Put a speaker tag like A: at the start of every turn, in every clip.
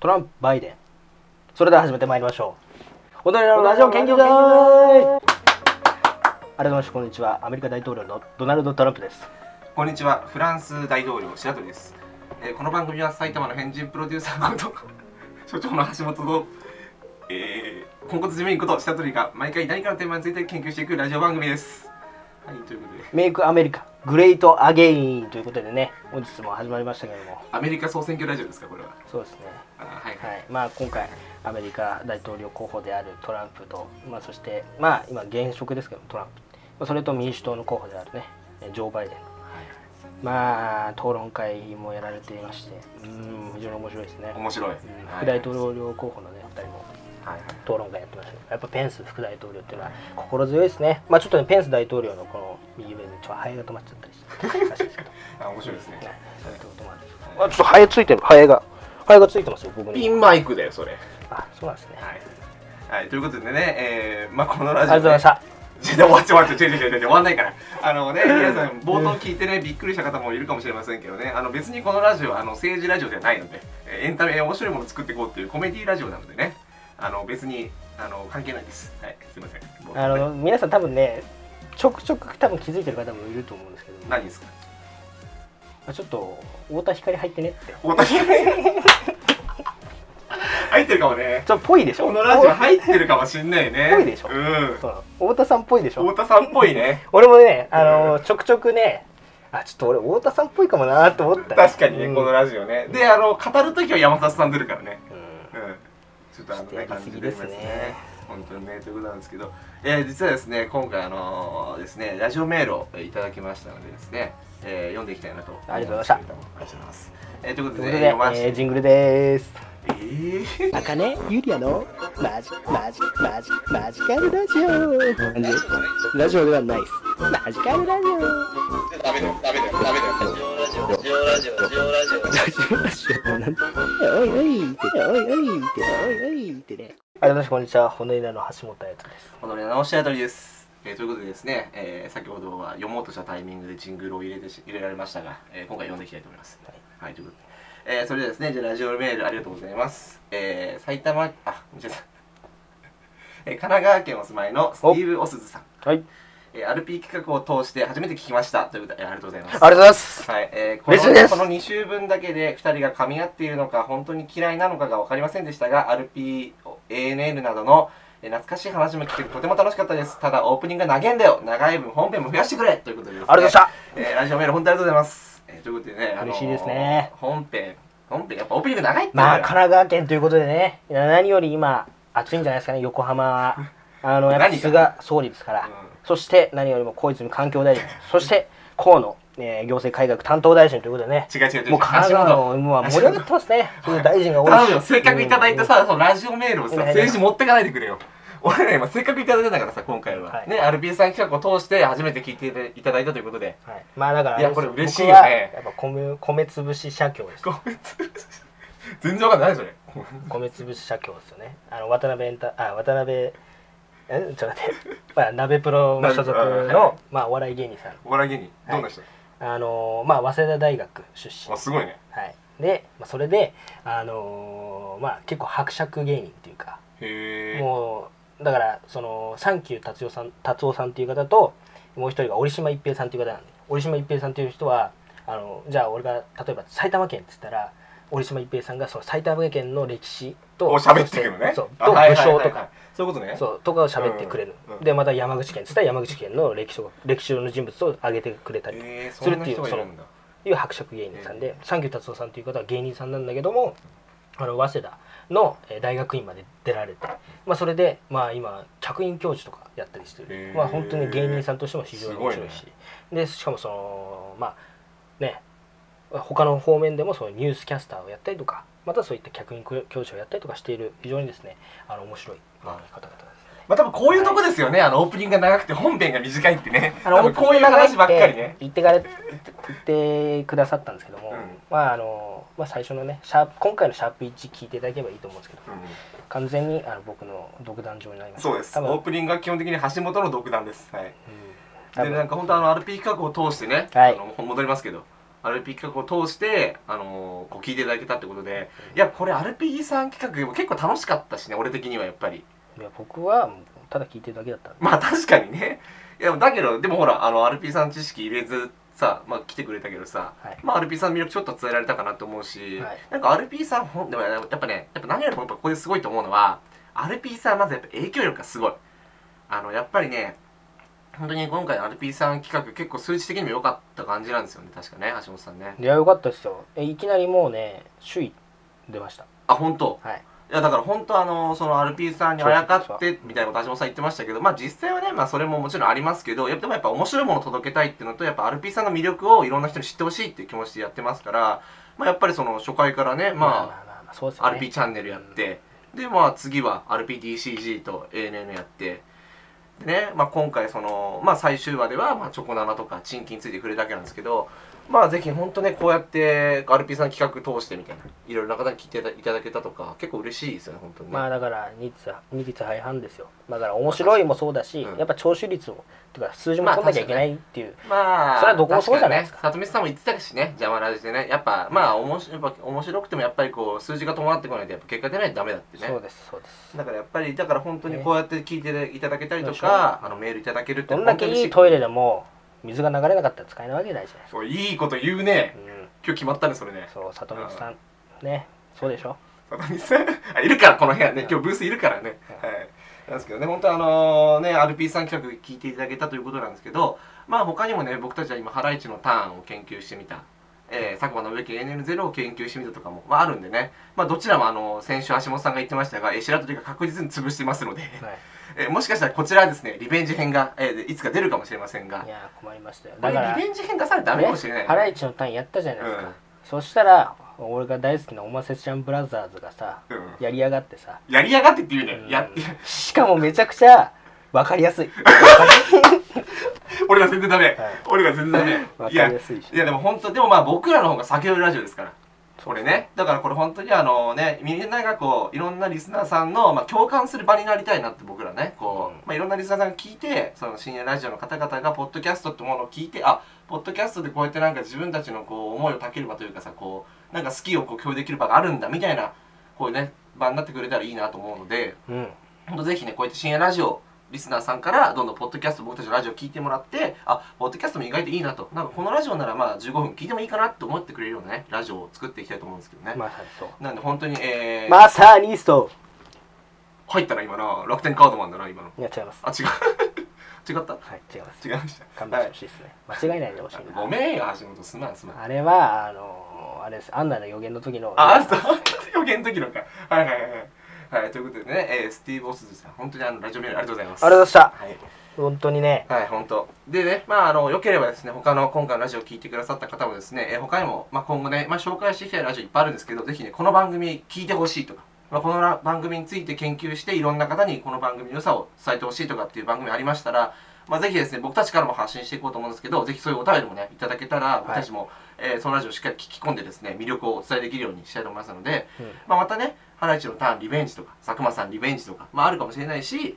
A: トランプバイデンそれでは始めてまいりましょう踊りのラジオ研究会改めましてこんにちはアメリカ大統領のドナルド・トランプです
B: こんにちは、フランス大統領白鳥です、えーこの番組は埼玉の変人プロデューサーこと 所長の橋本と、えー、ポンコツ事務員こと白鳥が毎回何かのテーマについて研究していくラジオ番組です。はい、ということで
A: メイクアメリカグレート・アゲインということでね本日も始まりましたけれども
B: アメリカ総選挙ラジオですかこれは。
A: そうですね
B: あはいはい。
A: はいまあ今回アメリカ大統領候補であるトランプと、まあ、そしてまあ今現職ですけどトランプまあそれと民主党の候補であるねえジョー・バイデンまあ討論会もやられていましてうん非常に面白いですね
B: 面白い。
A: うん
B: はい
A: 副大統領候補のね2人も
B: はいはい。
A: 討論会やってましたけどやっぱペンス副大統領っていうのは心強いですねまあちょっとねペンス大統領のこの右上でちょっとハエが止まっちゃったりしてらしいですけど
B: あ面白いですね。
A: ねそういうこともあるんです けどあちょっとハエついてるハエがハエがついてますよ僕
B: ピ
A: に
B: ンマイクだよそれ。
A: あそうなんですね
B: はい。はい、ということでね、えー、まあこの
A: あ
B: ラ
A: り
B: ジ
A: が
B: オ、
A: とうございました
B: ちょ終わっちゃう終わっちゃう違う違う違う終わんないからあのね皆さん冒頭聞いてねびっくりした方もいるかもしれませんけどねあの別にこのラジオはあの政治ラジオではないのでえーエンタメ面白いものを作っていこうっていうコメディラジオなのでねあの別にあの関係ないですはいすいません冒
A: あ
B: 頭ね
A: の皆さん多分ねちょくちょく多分気づいてる方もいると思うんですけど、ま
B: 何ですか
A: あ、ちょっと太田光入ってねって
B: おたけ入ってるかもね
A: ちょっとぽいでしょ
B: このラジオ入ってるかもしんないね
A: ぽいでしょ
B: うん
A: そう太田さんっぽいでしょ
B: 太田さんっぽいね
A: 俺もね、あのーちょくちょくね、あ、ちょっと俺、太田さんっぽいかもなーと思った、
B: 確かにね、
A: うん
B: このラジオねであの語るときは山里さん出るからね
A: うん
B: うんちょっとあの
A: ちょっと
B: ね
A: やり
B: 感
A: す
B: じ
A: ぎ
B: で
A: で
B: ですす
A: ね
B: ね。本当にねということなんですけど、えー実はですね今回あのーですねラジオメールをえーいただきましたのでですね、えー読んでいきたいなと思
A: ありがとうございまし
B: すけれどもありがとうございます。えーというこ
A: と
B: とで、
A: いう
B: ね
A: ことで、
B: 読ませ
A: え
B: て、
A: ージングルでーす。
B: えー
C: あかねゆりやのマジマジマジマジカルラジオラジオではないですマジカルラジオラジオなんておいおいっておいおいっておいおいってね
A: ありがとうございます。こんにちは。骨稲の橋本彩人です。
B: このね直しあたりです。えーということでですね、えー先ほどは読もうとしたタイミングでジングルを入れてし入れられましたが、えー今回読んでいきたいと思います。はい、ということで、えーそれではですね、じゃあラジオメールありがとうございます。えー埼玉、あ、間違えた。えー神奈川県お住まいのスティーブ・オスズさん、
A: はい。
B: えー、RP 企画を通して初めて聞きましたということで、えーありがとうございます。
A: ありがとうございます。
B: はい、えー、こ
A: 嬉しいです
B: のこの2週分だけで2人が噛み合っているのか本当に嫌いなのかが分かりませんでしたが RPANN などのえー懐かしい話も聞けてとても楽しかったですただオープニングが長いんだよ長い分本編も増やしてくれということでです、ね、
A: ありがとうございま
B: えーラジオメール本当にありがとうございます、えーということでね、あのー
A: 嬉しいですね
B: 本編本編やっぱオープニング長いっていうの
A: まあ、
B: が
A: 神奈川県ということでね、何より今、暑いんじゃないですかね、横浜 は。あの、やっぱ
B: 何
A: 菅
B: が
A: 総理ですから
B: うん。
A: そして、何よりも小泉環境大臣。そして、河野、えー行政改革担当大臣ということでね。
B: 違う違う違う
A: もう神奈川の、もう盛り上がってますね。そういう大臣が多いし
B: 頼むよせっかくいただいたさ、そのラジオメールを
A: い
B: さ
A: やいや
B: 先週持ってかないでくれよ俺ら今せっかくいただいたんだからさ今回は、
A: はい
B: ね RP さん企画を通して初めて聞いていただいたということで
A: はい、まあだからあ
B: い
A: れ
B: や
A: です
B: これ嬉しいよ
A: 僕
B: ね
A: はやっぱ米米潰し社協です
B: ごめん全然わかんない何それ
A: 米潰し社協ですよねあの渡辺エンタあ渡辺えちょっと待って、まあ、鍋プロの所属
B: 鍋プロはい
A: の、まあ、お笑い芸人さん
B: お笑い芸人どんな人、
A: あのーまあ早稲田大学出身
B: あすごいね
A: はいで、まあ、それであのーまあ結構伯爵芸人っていうか
B: へえ
A: もうだからそのサンキュー達夫さん達夫さんっていう方ともう一人が折島一平さんっていう方なんで折島一平さんっていう人はあのじゃあ俺が例えば埼玉県って言ったら折島一平さんがその埼玉県の歴史と
B: おしゃべってくるのね
A: そう
B: あ
A: と
B: は
A: 武
B: いはいはい
A: 将
B: はい
A: とか
B: そういうことね
A: そうとかを喋ってくれる、
B: うんうん
A: でまた山口県って言ったら山口県の歴史を歴史上の人物を挙げてくれたりと
B: へえ
A: す
B: そ
A: るっ
B: んな
A: ていう
B: 人がいるんだ
A: いう伯爵芸人さんで、サンキュー達夫さんという方は芸人さんなんだけどもあの早稲田のえー大学院まで出られて、まあ、それで、まあ、今客員教授とかやったりしてる、
B: へー
A: まあ、本当に芸人さんとしても非常に面白いし
B: すご
A: でしかもそのまあね他の方面でもそういうニュースキャスターをやったりとかまたそういった客員教授をやったりとかしている非常にですねあの面白い方々です。
B: まあ多分こういうとこですよね、あのオープニングが長くて本編が短いってね
A: あの
B: 多分こういう話ばっかりね
A: 言ってかれ言ってくださったんですけども、
B: うん
A: まああのまあ最初のねシャープ今回のシャープ1聞いていただければいいと思うんですけど
B: う
A: 完全にあの僕の独断上になりま
B: ん
A: す
B: そうです
A: 多
B: オ
A: 分
B: ープニングは基本的に橋本の独断ですは
A: う
B: い
A: ん多
B: で
A: 分
B: なんか本当あの RP 企画を通してね、
A: はい
B: あの戻りますけど RP 企画を通して、あのーこう聞いていただけたってことでいやこれ RP さん企画も結構楽しかったしね俺的にはやっぱり
A: いや僕はもうただ聞いてるだけだったんで
B: まあ確かにねいやだけどでもほらあの RP さん知識入れずさ、まあ、来てくれたけどさ、
A: はい
B: まあ、RP さんの魅力ちょっと伝えられたかなと思うし、
A: はい
B: なんか RP さんほんでもやっぱねやっぱ何よりもやっぱここですごいと思うのは RP さんまずやっぱ影響力がすごいあのやっぱりね本当に今回の RP さん企画結構数値的にも良かった感じなんですよね確かね橋本さんね
A: いやよかったですよえいきなりもうね首位出ました
B: あ本当
A: はい
B: いやだから本当あのその RP さんにあやかってみたいなこと橋本さん言ってましたけどまあ実際はねまあそれももちろんありますけどやっぱでもやっぱ面白いものを届けたいっていうのとやっぱ RP さんの魅力をいろんな人に知ってほしいっていう気持ちでやってますからまあやっぱりその初回からねま
A: あまあまあそうです
B: あ
A: よね
B: RP チャンネルやってでまあ次は RPDCG と ANN やってでねまあ今回そのまあ最終話ではまあチョコナナとかチンキについてくれるだけなんですけどまあぜひ本当ねこうやって RP さん企画通してみたいないろいろな方に聞いていたいただけたとか結構嬉しいですよね本当にね。
A: まあだから二律二律背反ですよだから面白いもそうだし、
B: うん
A: やっぱ聴取率をてか数字も取んなきゃいけないっていう、
B: まあ、
A: それはどこもそうじゃないですか
B: 確にね、里見さんも言ってたしね、邪魔ラジでね、やっぱ、まあ、おもしやっぱ面白くても、やっぱりこう、数字が伴ってこないと、やっぱ結果出ないとダメだってね。
A: そうですそうです
B: だからやっぱり、だから本当にこうやって聞いていただけたりと
A: でしょ
B: か、あのメールいただけるって
A: どんだけいいトイレでも水が流れなかったら使えないわけないじゃないですか
B: そういいこと言うね。
A: うん
B: 今日決まったね、それね。
A: そう里光さんねそうでしょ
B: 里見さんあいるから、この部屋ね。今日ブースいるからね。はい。なんですけどね、本当あのね、RP さん企画聞いていただけたということなんですけど、まあ他にもね、僕たちは今、ハライチのターンを研究してみた、えー、佐久間信之 ANN0 を研究してみたとかも、まあ、あるんでね、まあどちらもあの、先週橋本さんが言ってましたが、えー、白鳥が確実に潰してますので、
A: はい
B: えーもしかしたらこちらはですね、リベンジ編が、えーいつか出るかもしれませんが
A: い、やー困りましたよ
B: こ
A: だ
B: れ
A: から
B: リベンジ編出されたらダメかもしれない、
A: ねハライチの単位やったじゃないですか、
B: うん
A: そしたら俺が大好きなおませちゃんブラザーズがさ、
B: うん
A: やりやがってさ、
B: やりやがってって言うね、
A: うん
B: やって、
A: しかもめちゃくちゃ分かりやすい
B: 俺ら全然ダメ、
A: はい
B: 俺ら全然ダメ
A: わかり
B: や
A: やすいし
B: やでも本当でもまあ僕らの方が先ほどラジオですからこれねだからこれ本当にあのねみんながこういろんなリスナーさんの、まあ、共感する場になりたいなって僕らねこう、
A: うん
B: まあ、いろんなリスナーさんが聞いてその深夜ラジオの方々がポッドキャストってものを聞いてあポッドキャストでこうやってなんか自分たちのこう思いをたける場というかさこうなんか好きをこう共有できる場があるんだみたいなこういうね場になってくれたらいいなと思うので
A: うん
B: ほんとぜひねこうやって深夜ラジオリスナーさんからどんどんポッドキャスト僕たちのラジオ聞いてもらってあポッドキャストも意外といいなとなんかこのラジオならまあ15分聞いてもいいかなって思ってくれるようなねラジオを作っていきたいと思うんですけどね、
A: まさにそう
B: なんで本当にえー、
A: まさにそう
B: 入ったら今な楽天カードマンだな今の
A: いや違います
B: あ違う 違った
A: はい違います
B: 違いました
A: 勘弁してほしいですね、間違いないでほしい
B: はいご
A: な
B: めんよ橋本すまんすまん
A: あれはあのーあれですアンナの予言の時の
B: あ、あそう、予言の時のか。はいはいはい。はい、ということでね、えースティーブ・オスズさん、本当にあのラジオメールありがとうございま
A: あ
B: す。
A: りがとうございま
B: はい
A: 本当にね
B: はい、本当。でね、まあ、あの、良ければですね、他の今回のラジオを聞いてくださった方もですね、えー他にも、まあ、今後ね、まあ、紹介していきたいラジオいっぱいあるんですけど、ぜひね、この番組聞いてほしいとか、まあ、このら番組について研究して、いろんな方にこの番組の良さを伝えてほしいとかっていう番組ありましたら、まあ、ぜひですね、僕たちからも発信していこうと思うんですけど、ぜひそういうお便りもね、いただけたら、僕たちも、えーそのラジオをしっかり聞き込んでですね、魅力をお伝えできるようにしたいと思いますので、
A: うん
B: まあ、またね、ハライチのターンリベンジとか、佐久間さんリベンジとか、まあ、あるかもしれないし、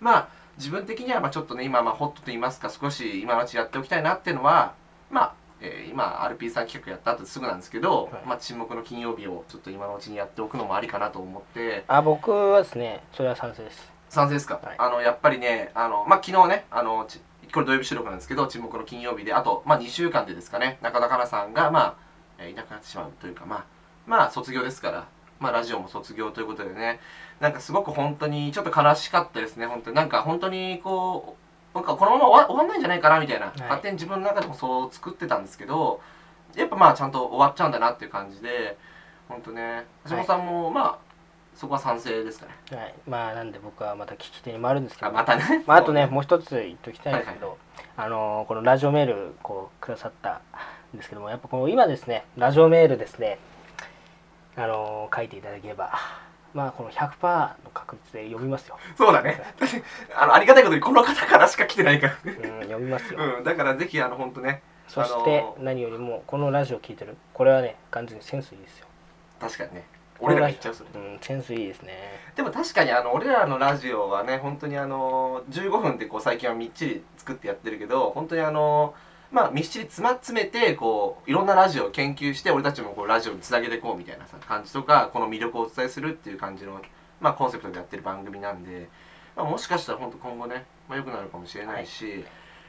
B: まあ、自分的にはまあちょっとね今まあホットと言いますか少し今のうちやっておきたいなっていうのはまあ、えー今 RP さん企画やった後すぐなんですけど、
A: はい
B: まあ沈黙の金曜日をちょっと今のうちにやっておくのもありかなと思って
A: あ僕はですねそれは賛成です
B: 賛成ですか、
A: はい
B: あのやっぱりねあのまあ昨日ねあのちこれ土曜日収録なんですけど沈黙の金曜日であとまあ2週間でですかね中田香奈さんがまあ、えーいなくなってしまうというかまあまあ卒業ですからまあラジオも卒業ということでねなんかすごく本当にちょっと悲しかったですね本当になんか本当にこうなんかこのまま終わ終わんないんじゃないかなみたいな、勝手に自分の中でもそう作ってたんですけどやっぱまあちゃんと終わっちゃうんだなっていう感じで本当ね橋本さんも、まあそこは賛成ですかね
A: はいまあなんで僕はまた聞き手に回るんですけ
B: あ
A: ど
B: またね
A: まあ、あとねもう一つ言っときたいんですけど、あのーこのラジオメールこうくださったんですけどもやっぱこの今ですねラジオメールですねあのー書いていただければまあこの100%の確率で読みますよ、
B: そうだね。あのありがたいことにこの方からしか来てないから
A: う
B: ね。
A: ん、読みますよ、
B: うん、だからぜひあの本当ね、
A: そして
B: あのー
A: 何よりもこのラジオ聞いてるこれはね完全にセンスいいですよ
B: 確かにね、俺らが言っちゃうそれ。
A: うんセンスいいですね
B: でも確かにあの俺らのラジオはね、本当にあの15分でこう最近はみっちり作ってやってるけど、本当にあのまあみっちり詰ま詰めてこういろんなラジオを研究して俺たちもこうラジオにつなげていこうみたいなさ感じとかこの魅力をお伝えするっていう感じの、まあ、コンセプトでやってる番組なんで、まあ、もしかしたら本当今後ね、まあ、良くなるかもしれないし、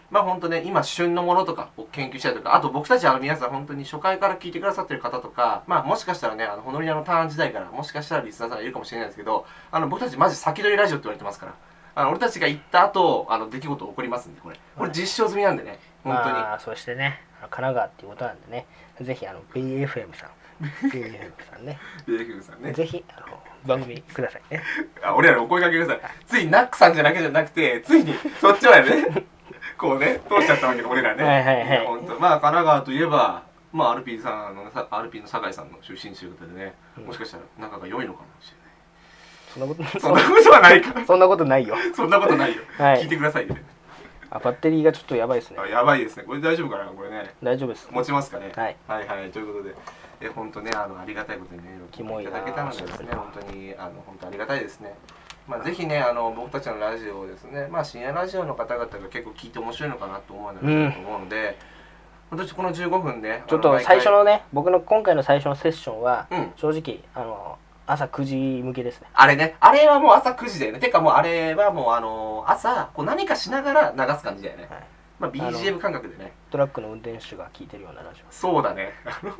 B: まあ本当ね今旬のものとかを研究したりとかあと僕たちあの皆さん本当に初回から聞いてくださってる方とかまあもしかしたらねあのホノリアのターン時代からもしかしたらリスナーさんがいるかもしれないですけどあの僕たちマジ先取りラジオって言われてますからあの俺たちが行った後あの出来事起こりますんでこれこれ実証済みなんでね本当に、
A: まあ、そしてね神奈川っていうことなんでねぜひあの BFM さん BFM さんね
B: デーフさんね
A: ぜひあの番組くださいね
B: あ俺らにお声かけくださいついにナックさんじゃだけじゃなくてついにそっちまでね こうね通しちゃったわけで俺らね
A: はいはいはい
B: やほんとまあ神奈川といえばまあアルピーさんのさアルピーの酒井さんの出身ということでね、
A: うん
B: もしかしたら仲が良いのかもしれ
A: そんなこと
B: ないそんなことはないか
A: そんなことないよ
B: そんなことないよ、
A: はい
B: 聞いてくださいね
A: あバッテリーがちょっとやばいですね
B: あやばいですねこれ大丈夫かなこれね
A: 大丈夫です
B: 持ちますかね、
A: はい
B: はいはいということでえ本当ねあのありがたいことにメールを
A: キモ
B: 聞い
A: い
B: てい
A: な
B: ただけたのでですね本当にあの本当ありがたいですねまあぜひねあの僕たちのラジオをですねまあ深夜ラジオの方々が結構聞いて面白いのかなと思うの
A: うん
B: だと思うので、本当にこの15分ね
A: ちょっと最初
B: あの毎
A: のね僕の今回の最初のセッションは、
B: うん
A: 正直あの朝9時向けですね
B: 回あれねあれはもう朝9時だよねてかもうあれはもうあの朝こう何かしながら流す感じだよね、
A: はい
B: まあ BGM 感覚でね
A: トラックの運転手が聞いてるようなラジオ
B: そうだね。あの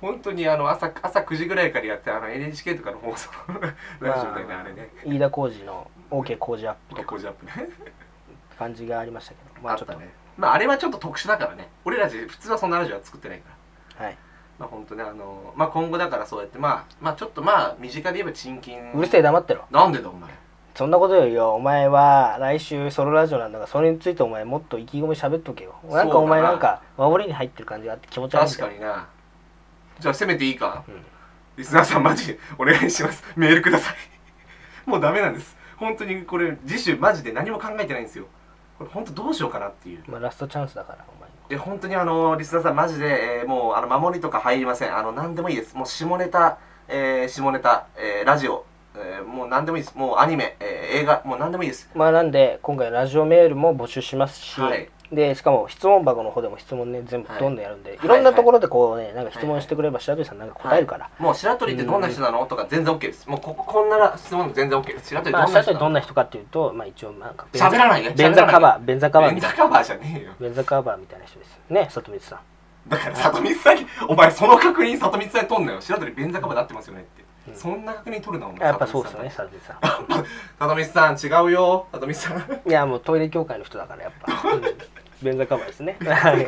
B: 本当にあの朝朝9時ぐらいからやってあの NHK とかの放送のラジオだよね、
A: まあ
B: あ、れね。
A: 飯田浩二の OK 工事アップと
B: 結構ジャンプね。
A: か感じがありましたけどま
B: あ
A: あ
B: っ
A: ちょっと
B: たね。まああれはちょっと特殊だからね。俺らじ普通はそんなラジオは作ってないから。
A: はい、
B: まあ本当ねあのまあ今後だからそうやってまあまあちょっとまあ身近で言えば賃金。
A: うるせえ黙ってろ
B: なんでだお前。
A: そんなことよりよお前は来週ソロラジオなんだからそれについてお前もっと意気込み喋っとけよ
B: そう
A: な
B: だなん
A: かお前なんか守りに入ってる感じがあって気持ち悪いん
B: 確
A: だよ
B: かにな。じゃあせめていいか。
A: うん
B: リスナーさんマジでお願いします。 メールください。 もうダメなんです。本当にこれ次週マジで何も考えてないんですよ。これ本当どうしようかなっていう。
A: まあ、ラストチャンスだからお前
B: え本当にあのリスナーさんマジで、えーもうあの守りとか入りませんあの何でもいいですもう下ネタ、えー下ネタ、えーラジオ、えーもう何でもいいですもうアニメ、えー映画もう何でもいいです
A: まあなんで今回ラジオメールも募集しますし、
B: はい
A: でしかも質問箱の方でも質問ね全部
B: はい
A: どんどんやるんで、
B: い
A: い、ろんなところでこうねなんか質問してくれれば白鳥さんなんか答えるから、
B: もう白鳥ってどんな人なのとか全然 OK ですもうここんなら質問も全然 OK です白鳥
A: ま
B: ど
A: あ
B: ん
A: 白
B: な人
A: 鳥ど
B: なんの
A: な人かっていうとまあ一応なんか
B: 喋らないね
A: 便座カバー便座カバー
B: ベン
A: みた
B: ザ
A: いな
B: カバーじゃねえよ
A: 便座カバーみたいな人ですね里光さん
B: だから里光さんにお前その確認里光さんに取んなよ白鳥ベンザカバーで合ってますよねって、
A: うん
B: そんな確認取るなお前
A: やっぱそうですよね
B: 里
A: 里光さん
B: 光さん里光さん違うよ里光さん
A: いやもうトイレ協会の人だからやっ ぱ、うん、便座カバーですね はい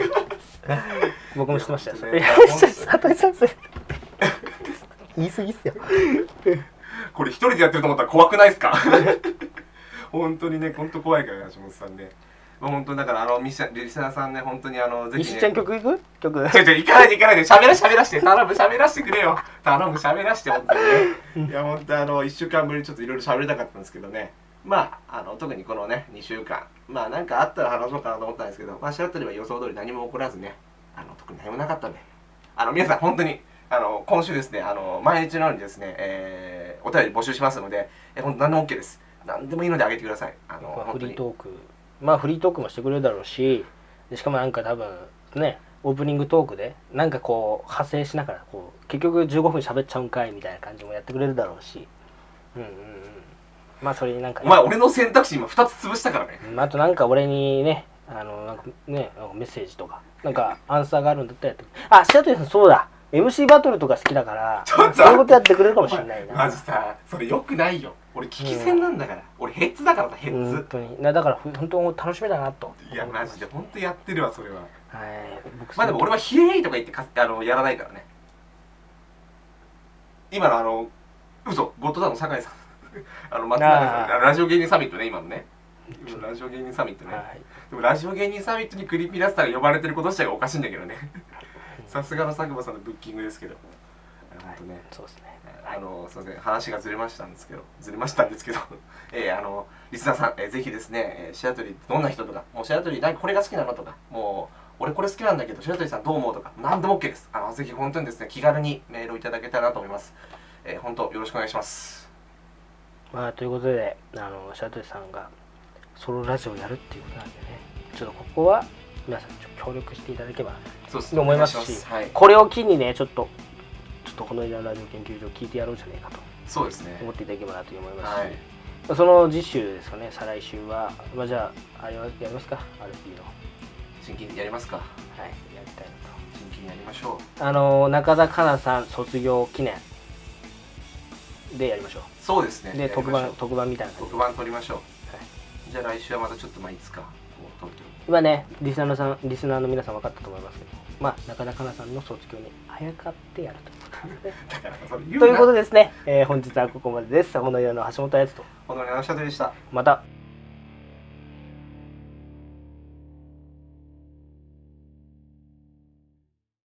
A: 僕も知ってましたよそれ
B: い
A: い
B: や
A: や
B: 本当ね
A: 佐藤さんそれ 言い過ぎっすよ
B: これ一人でやってると思ったら怖くないですか 本当にね、本当怖いから、橋本さんね。まあ、本当だから、あの、ミシャリスナーさんね、本当にあの、ぜひ、
A: 石井ちゃん
B: ね。
A: 曲いく曲
B: ちょちょ、行かないで行かないで、喋らし喋らして、頼む喋らしてくれよ。頼む喋らして、本当にね。いや、本当あの、一週間ぶりちょっといろいろ喋りたかったんですけどね。まあ、あの、特にこのね、二週間、まあ、なんかあったら話そうかなと思ったんですけど、まあ、しらっとれば予想通り何も起こらずね、あの、特に何もなかったんで。あの皆さん本当にあの今週ですねあの毎日のようにですね、えーお便り募集しますので、えー、本当何でも OK です何でもいいのであげてくださいあの
A: まあ、フ
B: 本当
A: リー
B: に
A: トークまあフリートークもしてくれるだろうしでしかもなんか多分ねオープニングトークでなんかこう派生しながらこう結局15分喋っちゃうんかいみたいな感じもやってくれるだろうしうんうんうんまあそれになんか
B: お前俺の選択肢今2つ潰したからね
A: うんあとなんか俺にねあのなんかねなんかメッセージとかなんかアンサーがあるんだったらやってあ白鳥さんそうだ MC バトルとか好きだから
B: ちょっと待って
A: そういうことやってくれるかもしれないな
B: マジさそれよくないよ俺聞き戦なんだから、俺ヘッズだからさヘッ
A: 本
B: ズ、
A: 当になだから本当楽しみだなと
B: いやマジで本当やってるわそれは
A: はい僕
B: まあでも俺はヒエイとか言ってかあのやらないからね今のあの嘘ゴッドタンの酒井さん あの松永さん
A: あー
B: ラジオ芸人サミットね今のね今のラジオ芸人サミットね、
A: はい
B: でもラジオ芸人サミットにクリーピーナッツさんが呼ばれてること自体がおかしいんだけどねさすがの佐久間さんのブッキングですけど本当ね
A: そうですね。
B: あのすみません話がずれましたんですけどずれましたんですけど、 えーあのリスナーさん、えーぜひですね、えー、白鳥ってどんな人とかもう白鳥何これが好きなのとかもう俺これ好きなんだけど白鳥さんどう思うとか何でも OK ですあのぜひ本当にですね気軽にメールをいただけたらなと思います、えー本当よろしくお願いします
A: まあということで、あのシャトルさんがソロラジオやるっていうことなんでね、ちょっとここは皆さんちょっと協力していただければ
B: そうです
A: と思います
B: お願
A: し
B: しはい、
A: これを機にねちょっとちょっとこのラジオ研究所聞いてやろうじゃねえかと
B: そうですね
A: 思っていただければなと思いますし、
B: はい
A: その次週ですかね再来週は、まあ、じゃああれはやりますか RP の
B: 真剣にやりますか
A: はいやりたいなと
B: 真剣にやりましょう
A: あの中田香奈さん卒業記念でやりましょ
B: そうですね
A: う
B: や
A: で
B: りまし
A: 特
B: ょう
A: 番特番みたいな感じ
B: 特
A: で、
B: 番取りましょう
A: はい
B: じゃあ来週はまたちょっとまあいつかこう東京
A: 今ねリスナーのさんリスナーの皆さん分かったと思いますけどまあ中田香奈さんの卒業にあやかってやるということですね
B: だからそれ言うな
A: ということですね、えー本日はここまでです本の色の橋本彩人と
B: このようなシャトルでした
A: また